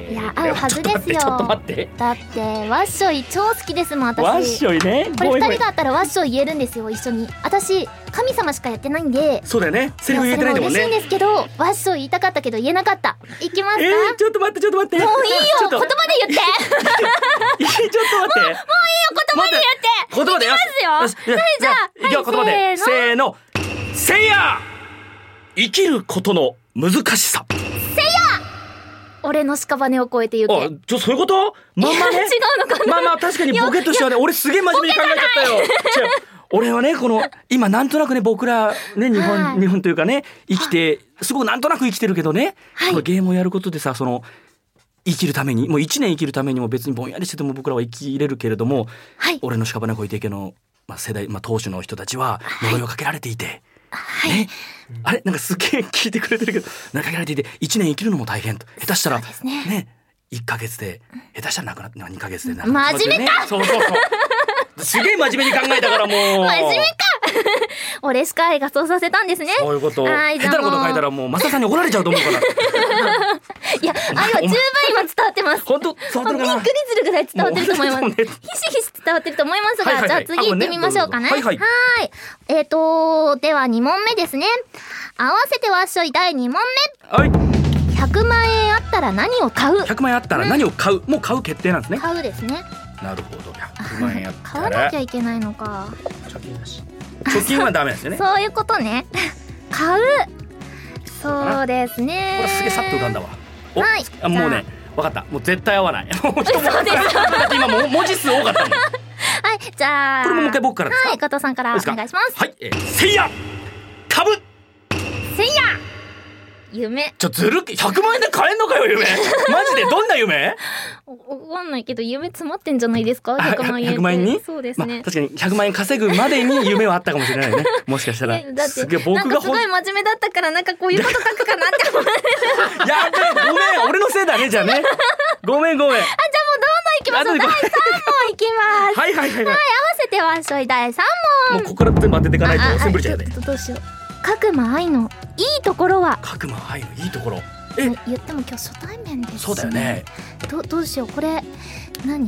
Speaker 2: いや
Speaker 1: これ
Speaker 2: 合うはずですよ
Speaker 1: ちょっと待って
Speaker 2: だってワッショイ超好きですもん
Speaker 1: ちょっと待ってわっしょ
Speaker 2: 私
Speaker 1: いね
Speaker 2: これ
Speaker 1: ごめんご
Speaker 2: 二
Speaker 1: めん
Speaker 2: 人があったらワッショイ言えるんですよ一緒に私神様しかやってないんで
Speaker 1: そうだよねセリフ言えてないんだもん
Speaker 2: いや
Speaker 1: ね
Speaker 2: それも嬉しいんですけどワッショイ言いたかったけど言えなかったいきますか、
Speaker 1: えー、ちょっと待ってちょっと待って
Speaker 2: もういいよ
Speaker 1: ちょ
Speaker 2: 言
Speaker 1: っと
Speaker 2: 葉で言っ
Speaker 1: い
Speaker 2: て
Speaker 1: やちょっと待ってもういいよ 言葉でやって言葉で
Speaker 2: ますよ
Speaker 1: じゃあいくよ言葉
Speaker 2: はい
Speaker 1: でせーのせいや生きることの難しさ
Speaker 2: 俺の屍を越えて言っ
Speaker 1: あ
Speaker 2: て、
Speaker 1: ちょそういうことまんま
Speaker 2: 違
Speaker 1: ね
Speaker 2: うのかな
Speaker 1: まあまあ確かにボケとしてはね俺すげえ真面目に考えちゃったよ違う俺はねこの今なんとなくね僕らね日本、
Speaker 2: はい
Speaker 1: 日本というかね生きてすごくなんとなく生きてるけどね、
Speaker 2: はい
Speaker 1: このゲームをやることでさその生きるためにもう一年生きるためにも別にぼんやりしてても僕らは生きれるけれども
Speaker 2: はい
Speaker 1: 俺の屍小池家の、まあ、世代、まあ、当主の人たちは呪いをかけられていて、
Speaker 2: はい、
Speaker 1: ねあれなんかすっげえ聞いてくれてるけどなんかかけられていて1年生きるのも大変と下手したら
Speaker 2: そうですね
Speaker 1: 1か月で下手したらなくなって2か月でな
Speaker 2: 真面目
Speaker 1: か、そうそうそうすげえ真面目に考えたからもう
Speaker 2: 真面目か俺しか愛がそうさせたんですね
Speaker 1: そういうこと
Speaker 2: は
Speaker 1: 下
Speaker 2: い
Speaker 1: 手なこと書いた
Speaker 2: じゃ
Speaker 1: らもうマサさんに怒られちゃうと思うから
Speaker 2: いや愛は
Speaker 1: お
Speaker 2: 10
Speaker 1: 前
Speaker 2: 倍今伝わってます
Speaker 1: 本当伝わってる
Speaker 2: も
Speaker 1: か
Speaker 2: うびっ
Speaker 1: な
Speaker 2: くりするぐらい伝わってると思います。
Speaker 1: もう
Speaker 2: ひ
Speaker 1: ね
Speaker 2: しひし伝わってると思いますが、
Speaker 1: はいはいはい
Speaker 2: じゃあ次行ってみましょうかね。
Speaker 1: あもうねどうぞどうぞ
Speaker 2: はーいえっ、とでは2問目ですね。合わせてわっしょい第2問
Speaker 1: はい
Speaker 2: 目。100万円あったら何を買う
Speaker 1: 100万円あったら何を買う、もう買う決定なんですね
Speaker 2: 買うですね。
Speaker 1: なるほど100万円あっ
Speaker 2: 買
Speaker 1: た
Speaker 2: わな
Speaker 1: ら
Speaker 2: きゃいけないのか。
Speaker 1: 貯金だし貯金はダメですよねこ
Speaker 2: そういうことね。 買う。そうですね。
Speaker 1: れすげえさっと浮かんだわお
Speaker 2: はい
Speaker 1: あもうねわかったもう絶対合わない もう一文字だって今もう文字数多かったも んこ
Speaker 2: はい、じゃあ。
Speaker 1: れももう一回僕からですか
Speaker 2: はい、加藤さんからお
Speaker 1: ですか
Speaker 2: 願いします。
Speaker 1: はい、えー、せいや株
Speaker 2: せいや夢。
Speaker 1: ちょずるっ100万円で買えんのかよ 夢マジでどんな夢
Speaker 2: おわかんないけど夢詰まってんじゃないですか
Speaker 1: あ
Speaker 2: 100万円って
Speaker 1: 100万円に
Speaker 2: そうです
Speaker 1: まあ
Speaker 2: ね、
Speaker 1: 確かに100万円稼ぐまでに夢はあったかもしれない ねもしかしたら
Speaker 2: いやだって
Speaker 1: すげえ僕
Speaker 2: なん
Speaker 1: が
Speaker 2: かすごい真面目だったからなんかこういう こと書くかなって思わない
Speaker 1: やべえごめん俺のせいだねじゃあ ねごめんごめん
Speaker 2: じゃあもうどんどんい
Speaker 1: あ
Speaker 2: きましょう
Speaker 1: とで
Speaker 2: 第3問いきます
Speaker 1: はいはいはいはい
Speaker 2: 合わせてワッショイ第3問
Speaker 1: もうここから全部当てていかない
Speaker 2: ああ
Speaker 1: とセンブリ
Speaker 2: ち
Speaker 1: ちゃ
Speaker 2: ょ
Speaker 1: う
Speaker 2: っ
Speaker 1: ね
Speaker 2: とどうしよう角間愛のいいところは
Speaker 1: 角間愛のいいところえ
Speaker 2: 言っても今日初対面ですし
Speaker 1: そうだよね
Speaker 2: どどうしようこれ何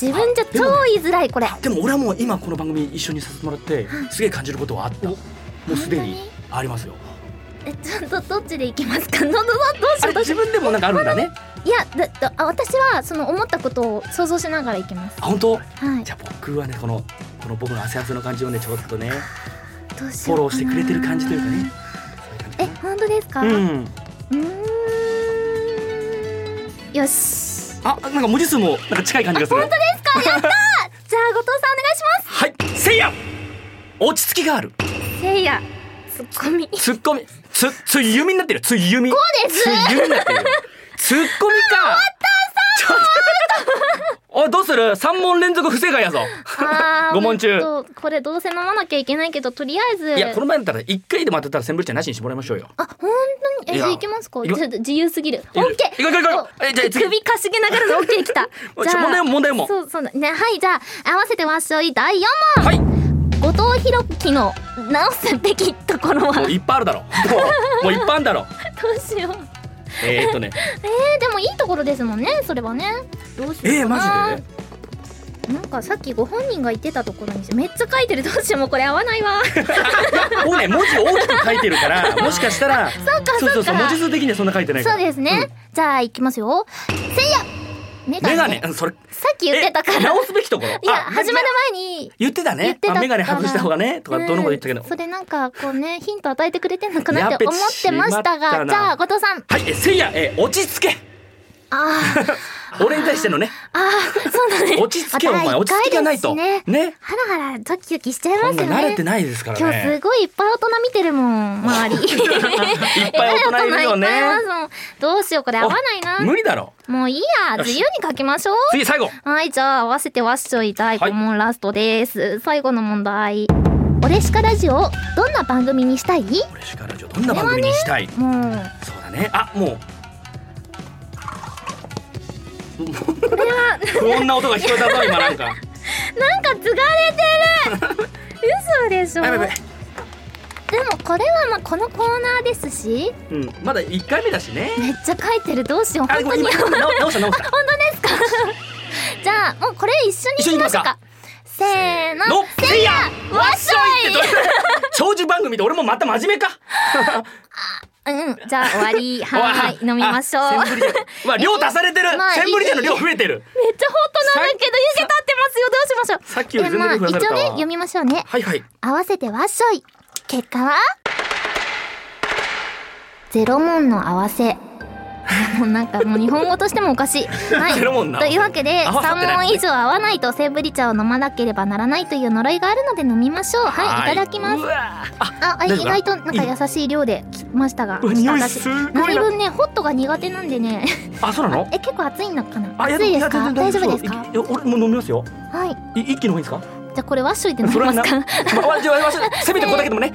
Speaker 2: 自分じゃ超言いづらいこれ
Speaker 1: でも俺はもう今この番組一緒にさせてもらってすげえ感じることはあったもうすでにありますよ
Speaker 2: えちょっとどっちでいきますかどどどどうし
Speaker 1: あれ
Speaker 2: ようどうし
Speaker 1: 自
Speaker 2: よ
Speaker 1: 分でもなんかあるんだ ね
Speaker 2: ういやだだあ私はその思ったことを想像しながらいきます
Speaker 1: あ本当
Speaker 2: はい
Speaker 1: じゃあ僕はねこのこの僕の汗汗の感じをねちょっとね
Speaker 2: どうし
Speaker 1: フォ
Speaker 2: ようかな
Speaker 1: ローしてくれてる感じというかねそういう感じ
Speaker 2: え本当ですか、
Speaker 1: うん
Speaker 2: うーんよし
Speaker 1: あなんか文字数もなんか近い感じがする
Speaker 2: 本当です かやったーじゃあ後藤さんお願いしま
Speaker 1: はいせいや落ち着きがある
Speaker 2: すせいやツッ コミ
Speaker 1: ツッコミつつゆみになってるつゆみこ
Speaker 2: うです
Speaker 1: つゆみになってるツッ コミか終わった3問おいどうす る三問連続不正解やぞ
Speaker 2: あー
Speaker 1: 五問中
Speaker 2: ほんとこれどうせ飲まなきゃいけないけどとりあえず
Speaker 1: いやこの前だったら一回でも当てたらセンブリ茶なしにしてもらいましょうよ
Speaker 2: あ本当に
Speaker 1: いや
Speaker 2: えじゃあ行きますか
Speaker 1: い
Speaker 2: ちょ
Speaker 1: や
Speaker 2: っと自由すぎるオ
Speaker 1: いや
Speaker 2: ッケ
Speaker 1: いやいやいやいや
Speaker 2: ー
Speaker 1: えじゃあ次
Speaker 2: 首かしげながらのオッケーきた
Speaker 1: おいちょ問題も問題も
Speaker 2: そうそうだねはいじゃあ合わせてわっしょい第4
Speaker 1: はい
Speaker 2: 問後藤弘樹の直すべきところはど
Speaker 1: も
Speaker 2: う
Speaker 1: ういっぱいあるだろもうもういっぱいあるだ ろ
Speaker 2: しよう
Speaker 1: えー、っとね
Speaker 2: えー、でもいいところですもんねそれはねどうしよう
Speaker 1: えー、
Speaker 2: かな
Speaker 1: マジで
Speaker 2: なんかさっきご本人が言ってたところにめっちゃ書いてるどうしようもうこれ合わないわそっか
Speaker 1: 僕ね文字大きく書いてる からもしかしたらそう
Speaker 2: そ
Speaker 1: そ
Speaker 2: っ
Speaker 1: う
Speaker 2: か
Speaker 1: そう文字数的にはそんな書いてないか
Speaker 2: そう
Speaker 1: ら
Speaker 2: ですね、じゃあいきますよせいやメガ
Speaker 1: メ
Speaker 2: ネ
Speaker 1: ガネうんそれ
Speaker 2: さっき言ってたから
Speaker 1: え
Speaker 2: いや
Speaker 1: 直すべきところい
Speaker 2: 始まる前に
Speaker 1: 言ってた
Speaker 2: 言っ
Speaker 1: ね
Speaker 2: てた
Speaker 1: あメガネ
Speaker 2: から
Speaker 1: 外した方がねとかどうのこと言ってたけど
Speaker 2: うんそれなんかこうねヒント与えてくれてんのかな
Speaker 1: やっ
Speaker 2: っ
Speaker 1: てべ
Speaker 2: 思ってまし
Speaker 1: しま
Speaker 2: た
Speaker 1: った
Speaker 2: が
Speaker 1: な
Speaker 2: じゃあ後藤さん
Speaker 1: はい、えせいや、え落ち着け。
Speaker 2: あー
Speaker 1: 俺に対してのね、
Speaker 2: あーそうだね
Speaker 1: 落ち着け、お前、落ち着きがないと。
Speaker 2: また一
Speaker 1: ね
Speaker 2: 回ですしね。ハラハラドキドキしちゃい
Speaker 1: こ
Speaker 2: ま
Speaker 1: ん
Speaker 2: す
Speaker 1: な
Speaker 2: よ
Speaker 1: 慣れて
Speaker 2: ね
Speaker 1: ないですから
Speaker 2: 今日す
Speaker 1: ね。
Speaker 2: ごいいっぱい大人見てるも ん周り
Speaker 1: いっぱい大人いるよね
Speaker 2: いっ。ぱいいますもんどうしようこれ合わないな
Speaker 1: 無理だろ。
Speaker 2: もういいや
Speaker 1: よし
Speaker 2: 自由に書きましょう
Speaker 1: 次、最後。
Speaker 2: はいじゃあ合わせてわっしょい第5問ラストです、最後の問題俺しかラジオをどんな番組にしたい
Speaker 1: 俺しかラジオ、どんな番組にしたい。
Speaker 2: もう
Speaker 1: そうだね。あ、もう。これは。不穏な音が聞こえたぞ、今なんか。
Speaker 2: なんか継がれてる 嘘でしょ
Speaker 1: あやばいやばい
Speaker 2: でもこれはまあこのコーナーですし
Speaker 1: うん、まだ一回目だしね。
Speaker 2: めっちゃ書いてるどうしよう
Speaker 1: あ、
Speaker 2: 本
Speaker 1: ご
Speaker 2: 当
Speaker 1: めん
Speaker 2: に
Speaker 1: 今
Speaker 2: 本
Speaker 1: 今直直した直した。
Speaker 2: 当ですか じゃあもうこれ一緒に
Speaker 1: 一緒に
Speaker 2: し
Speaker 1: 行き
Speaker 2: ま
Speaker 1: ま
Speaker 2: し
Speaker 1: す
Speaker 2: ょうか
Speaker 1: か
Speaker 2: せーの
Speaker 1: のせいや
Speaker 2: わっしょい
Speaker 1: どう長寿番組で俺もまた真面目か。
Speaker 2: うんじゃあ終わりは ーい飲みましょうめっ
Speaker 1: あセン ブリ茶うわ、量足されてる
Speaker 2: まあ。
Speaker 1: センブリ茶の量増えてる。
Speaker 2: ちゃホットなんだけど湯気立ってますよどうしましょう
Speaker 1: さっきより全然
Speaker 2: えまあ
Speaker 1: 増やされ
Speaker 2: 一
Speaker 1: た
Speaker 2: 応
Speaker 1: わ
Speaker 2: ね読みましょうね
Speaker 1: はいはい。
Speaker 2: 合わせてわっしょい結果はゼロ問の合わせ もうなんかもう日本語としてもおかし い、はい、
Speaker 1: ゼロ問な
Speaker 2: というわけで
Speaker 1: 合わさって
Speaker 2: 3
Speaker 1: ない
Speaker 2: 問以上合わないとセンブリ茶を飲まなければならないという呪いがあるので飲みましょうはい、い、ただきます
Speaker 1: うわあ、
Speaker 2: ああ
Speaker 1: 大丈夫
Speaker 2: 意外となんか優しい量で来ましたが
Speaker 1: うわ匂い
Speaker 2: 私
Speaker 1: すごいな
Speaker 2: 何分ねホットが苦手なんでね
Speaker 1: あ、そうなの？
Speaker 2: え結構熱いのかな
Speaker 1: あ、や
Speaker 2: 熱いですか
Speaker 1: や
Speaker 2: 大丈夫ですか
Speaker 1: いや、俺もう飲みますよ。
Speaker 2: はい
Speaker 1: い一気の方がいいです
Speaker 2: じゃあこれワッショイで飲み
Speaker 1: それ
Speaker 2: ま
Speaker 1: は
Speaker 2: す
Speaker 1: な
Speaker 2: か
Speaker 1: か？まあ、じゃあ、わしせめてここだけでもね。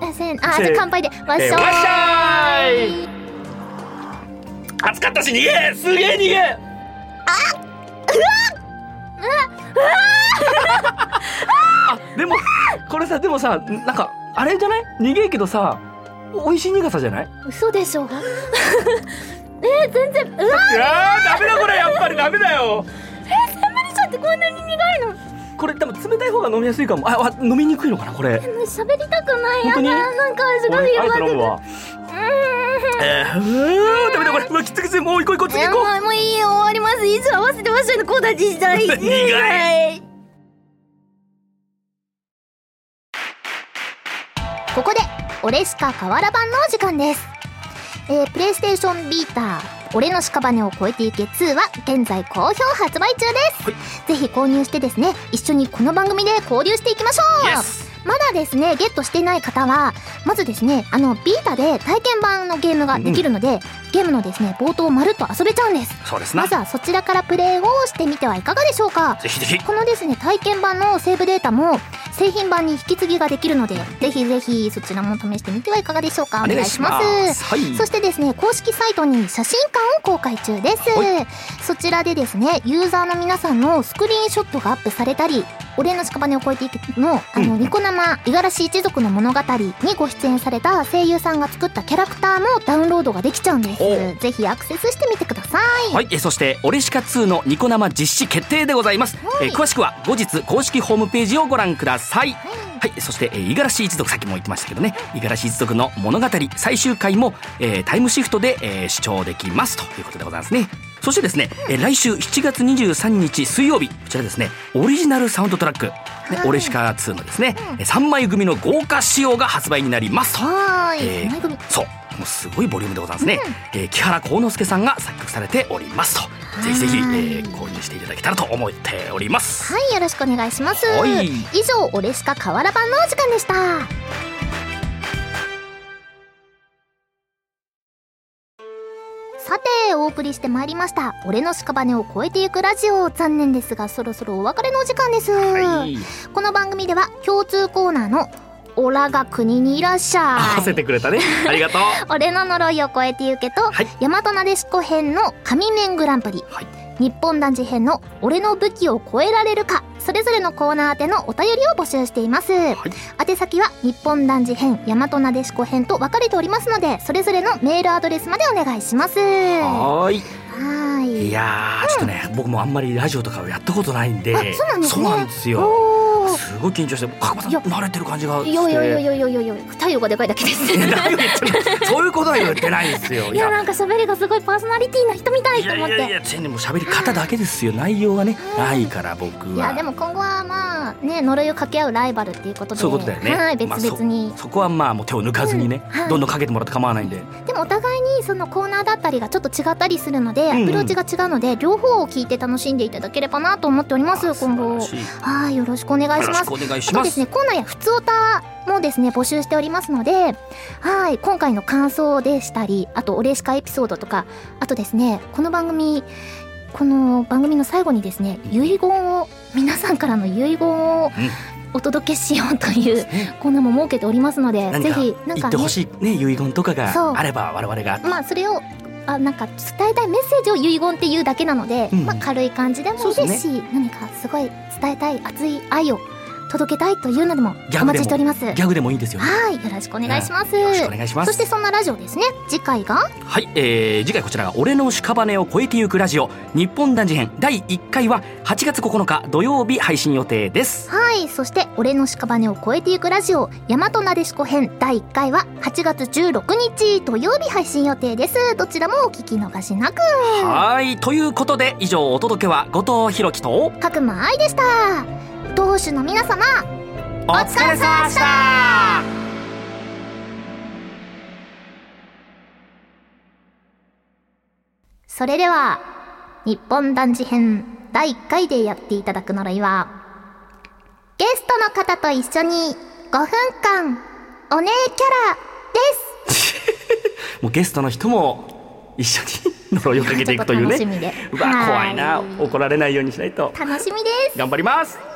Speaker 2: あ、あせん、あ、
Speaker 1: せ
Speaker 2: じゃあ乾杯で、わっし
Speaker 1: え
Speaker 2: ょ
Speaker 1: ーわっしゃ
Speaker 2: ー
Speaker 1: ーい。暑かったし逃げ、すげえ逃げ。あでもこれさでもさなんかあれじゃない苦いけどさ美味しい苦さじゃない
Speaker 2: 嘘でしょ えー、全然、うわ、
Speaker 1: いやーダメだこれやっぱりダメだよ
Speaker 2: 無理ちゃってこんなに苦いの。
Speaker 1: これ多分冷たい方が飲みやすいかもああ飲みにくいのかなこれ
Speaker 2: もう喋りたくない、やだ、
Speaker 1: 本当に
Speaker 2: なんかすごい
Speaker 1: 俺あ
Speaker 2: や
Speaker 1: え
Speaker 2: ば
Speaker 1: て
Speaker 2: い。う
Speaker 1: 飲むわ
Speaker 2: ーん
Speaker 1: えー、うーダメだこれうわきつくせもう行こう行こう
Speaker 2: い
Speaker 1: 次
Speaker 2: や
Speaker 1: 行
Speaker 2: も
Speaker 1: こ
Speaker 2: うもういいよ終わりますいつ合わせてましたのコーナー自 体
Speaker 1: 苦い
Speaker 2: ここで俺しか瓦版のお時間ですえープレイステーションビーター俺の屍を超えていけ2は現在好評発売中です、ぜひ購入してですね一緒にこの番組で交流していきましょ
Speaker 1: う
Speaker 2: う
Speaker 1: イエス
Speaker 2: まだですね、ゲットしていない方は、まずですね、あの、ビータで体験版のゲームができるので、ゲームのですね、冒頭をまるっと遊べちゃうんです。
Speaker 1: そうですな
Speaker 2: まずはそちらからプレイをしてみてはいかがでしょうか
Speaker 1: ぜひぜひ
Speaker 2: このですね、体験版のセーブデータも、製品版に引き継ぎができるので、ぜひぜひそちらも試してみてはいかがでしょうかお願いします。
Speaker 1: はい
Speaker 2: そしてですね、公式サイトに写真館を公開中です。そちらでですね、ユーザーの皆さんのスクリーンショットがアップされたり、俺の屍を越えていくの、あの、
Speaker 1: うん
Speaker 2: ニコ生、五十嵐一族の物語にご出演された声優さんが作ったキャラクターもダウンロードができちゃうんです
Speaker 1: お。
Speaker 2: ぜひアクセスしてみてください。
Speaker 1: はい、えーそして「オレシカ2」のニコ生実施決定でございます、
Speaker 2: は
Speaker 1: え
Speaker 2: い
Speaker 1: ー詳しくは後日公式ホームページをご覧くださいは
Speaker 2: はい
Speaker 1: いそしてえー五十嵐一族さっきも言ってましたけどね五十嵐一族の物語最終回も、えータイムシフトで、えー視聴できますということでございますねそしてですね、えー来週7月23日水曜日こちらですねオリジナルサウンドトラック、ね
Speaker 2: はい
Speaker 1: オレシカ2のですね、3枚組の豪華仕様が発売になりますと
Speaker 2: はーい。
Speaker 1: えー
Speaker 2: 前組
Speaker 1: そうもうすごいボリュームでございますね、えー木原幸之助さんが作曲されておりますとぜひぜひ、え
Speaker 2: はい
Speaker 1: ー購入していただけたらと思っております
Speaker 2: はい、よろしくお願いします。
Speaker 1: はい
Speaker 2: 以上、俺しか瓦版のお時間でした。さて、お送りしてまいりました。俺の屍を越えてゆくラジオ。残念ですが、そろそろお別れのお時間です。
Speaker 1: はい
Speaker 2: この番組では、共通コーナーの、オラが国にいらっしゃ
Speaker 1: 合わせ
Speaker 2: い。
Speaker 1: てくれたねありがとう
Speaker 2: 俺の呪いを越えてゆけと、
Speaker 1: はい
Speaker 2: 大和なでしこ編の神面グランプリ、
Speaker 1: はい
Speaker 2: 日本男児編の俺の武器を超えられるかそれぞれのコーナー宛てのお便りを募集しています、宛先は日本男児編大和なでしこ編と分かれておりますのでそれぞれのメールアドレスまでお願いしますは
Speaker 1: はーい
Speaker 2: ー
Speaker 1: い
Speaker 2: い
Speaker 1: やーちょっとね僕もあんまりラジオとかをやったことないんで
Speaker 2: あそうなんですね
Speaker 1: なんですよ
Speaker 2: おー
Speaker 1: すごい緊張して角間さん
Speaker 2: いや
Speaker 1: 慣れてる感じがして
Speaker 2: いやいやいやいやいやいやいや太陽がでかいだけで す
Speaker 1: いや何を言ってるのそういうことは言ってないですよ
Speaker 2: いやなんか喋りがすごいパーソナリティな人みたい
Speaker 1: い
Speaker 2: と
Speaker 1: やい
Speaker 2: 思っ
Speaker 1: や
Speaker 2: て
Speaker 1: いやいや全然もう喋り方だけですよ内容がね
Speaker 2: うん
Speaker 1: ないから僕
Speaker 2: いや
Speaker 1: は
Speaker 2: でも今後はまあね呪いを掛け合うライバルっていうことで
Speaker 1: そういうことだよね
Speaker 2: はい別
Speaker 1: まあ
Speaker 2: 々に、
Speaker 1: そこはまあもう手を抜かずにね、
Speaker 2: はい
Speaker 1: どんどんかけてもらって構わないんで、
Speaker 2: でもお互いにそのコーナーだったりがちょっと違ったりするので、
Speaker 1: んうん
Speaker 2: アプローチが違うので両方を聞いて楽しんでいただければなと思っております
Speaker 1: あ素晴
Speaker 2: 今後
Speaker 1: らしい
Speaker 2: はいよろしくお願いし
Speaker 1: よろ
Speaker 2: ま
Speaker 1: し
Speaker 2: す
Speaker 1: くお願い
Speaker 2: あ
Speaker 1: し
Speaker 2: と
Speaker 1: ま
Speaker 2: ですすねコーナーやふつおたもですね募集しておりますのではい今回の感想でしたりあとお礼しかエピソードとかあとですねこの番組この番組の最後にですね遺言を皆さんからの遺言をお届けしようという
Speaker 1: ね
Speaker 2: コーナーも設けておりますので
Speaker 1: 何
Speaker 2: ぜ
Speaker 1: か
Speaker 2: ひ
Speaker 1: 言ってほしいね遺言とか
Speaker 2: そう
Speaker 1: があれば我々が
Speaker 2: まあそれをあなんか伝えたいメッセージを遺言っていうだけなので、
Speaker 1: うん
Speaker 2: まあ、軽い感じでもいい
Speaker 1: そう
Speaker 2: で
Speaker 1: です
Speaker 2: し何かすごい伝えたい熱い愛を届けたいというのでも
Speaker 1: ギャグでも
Speaker 2: お待ちしております。
Speaker 1: ギャグでもいいですよね
Speaker 2: はい、よろしくお願いします。
Speaker 1: よろしくお願いします
Speaker 2: そしてそんなラジオですね。次回が
Speaker 1: はい、えー、次回こちらが「俺の屍を越えてゆくラジオ日本男児編」第1回は8月9日土曜日配信予定です
Speaker 2: はい、そして俺の屍を越えていくラジオ大和なでしこ編第1回は8月16日土曜日配信予定です。どちらもお聞き逃しなく。
Speaker 1: はいということで以上お届けは後藤弘樹と
Speaker 2: 角間愛でした。当主の皆様。
Speaker 1: お疲れ様でした
Speaker 2: それでは、日本男児編第1回でやっていただく呪いは、ゲストの方と一緒に5分間、お姉キャラで
Speaker 1: もうゲストの人も一緒に 呪いをかけ
Speaker 2: す
Speaker 1: ていくというね
Speaker 2: ちょっと楽しみで。
Speaker 1: うわ怖いな
Speaker 2: は
Speaker 1: 怒られないようにしないと
Speaker 2: 楽しみです。
Speaker 1: 頑張ります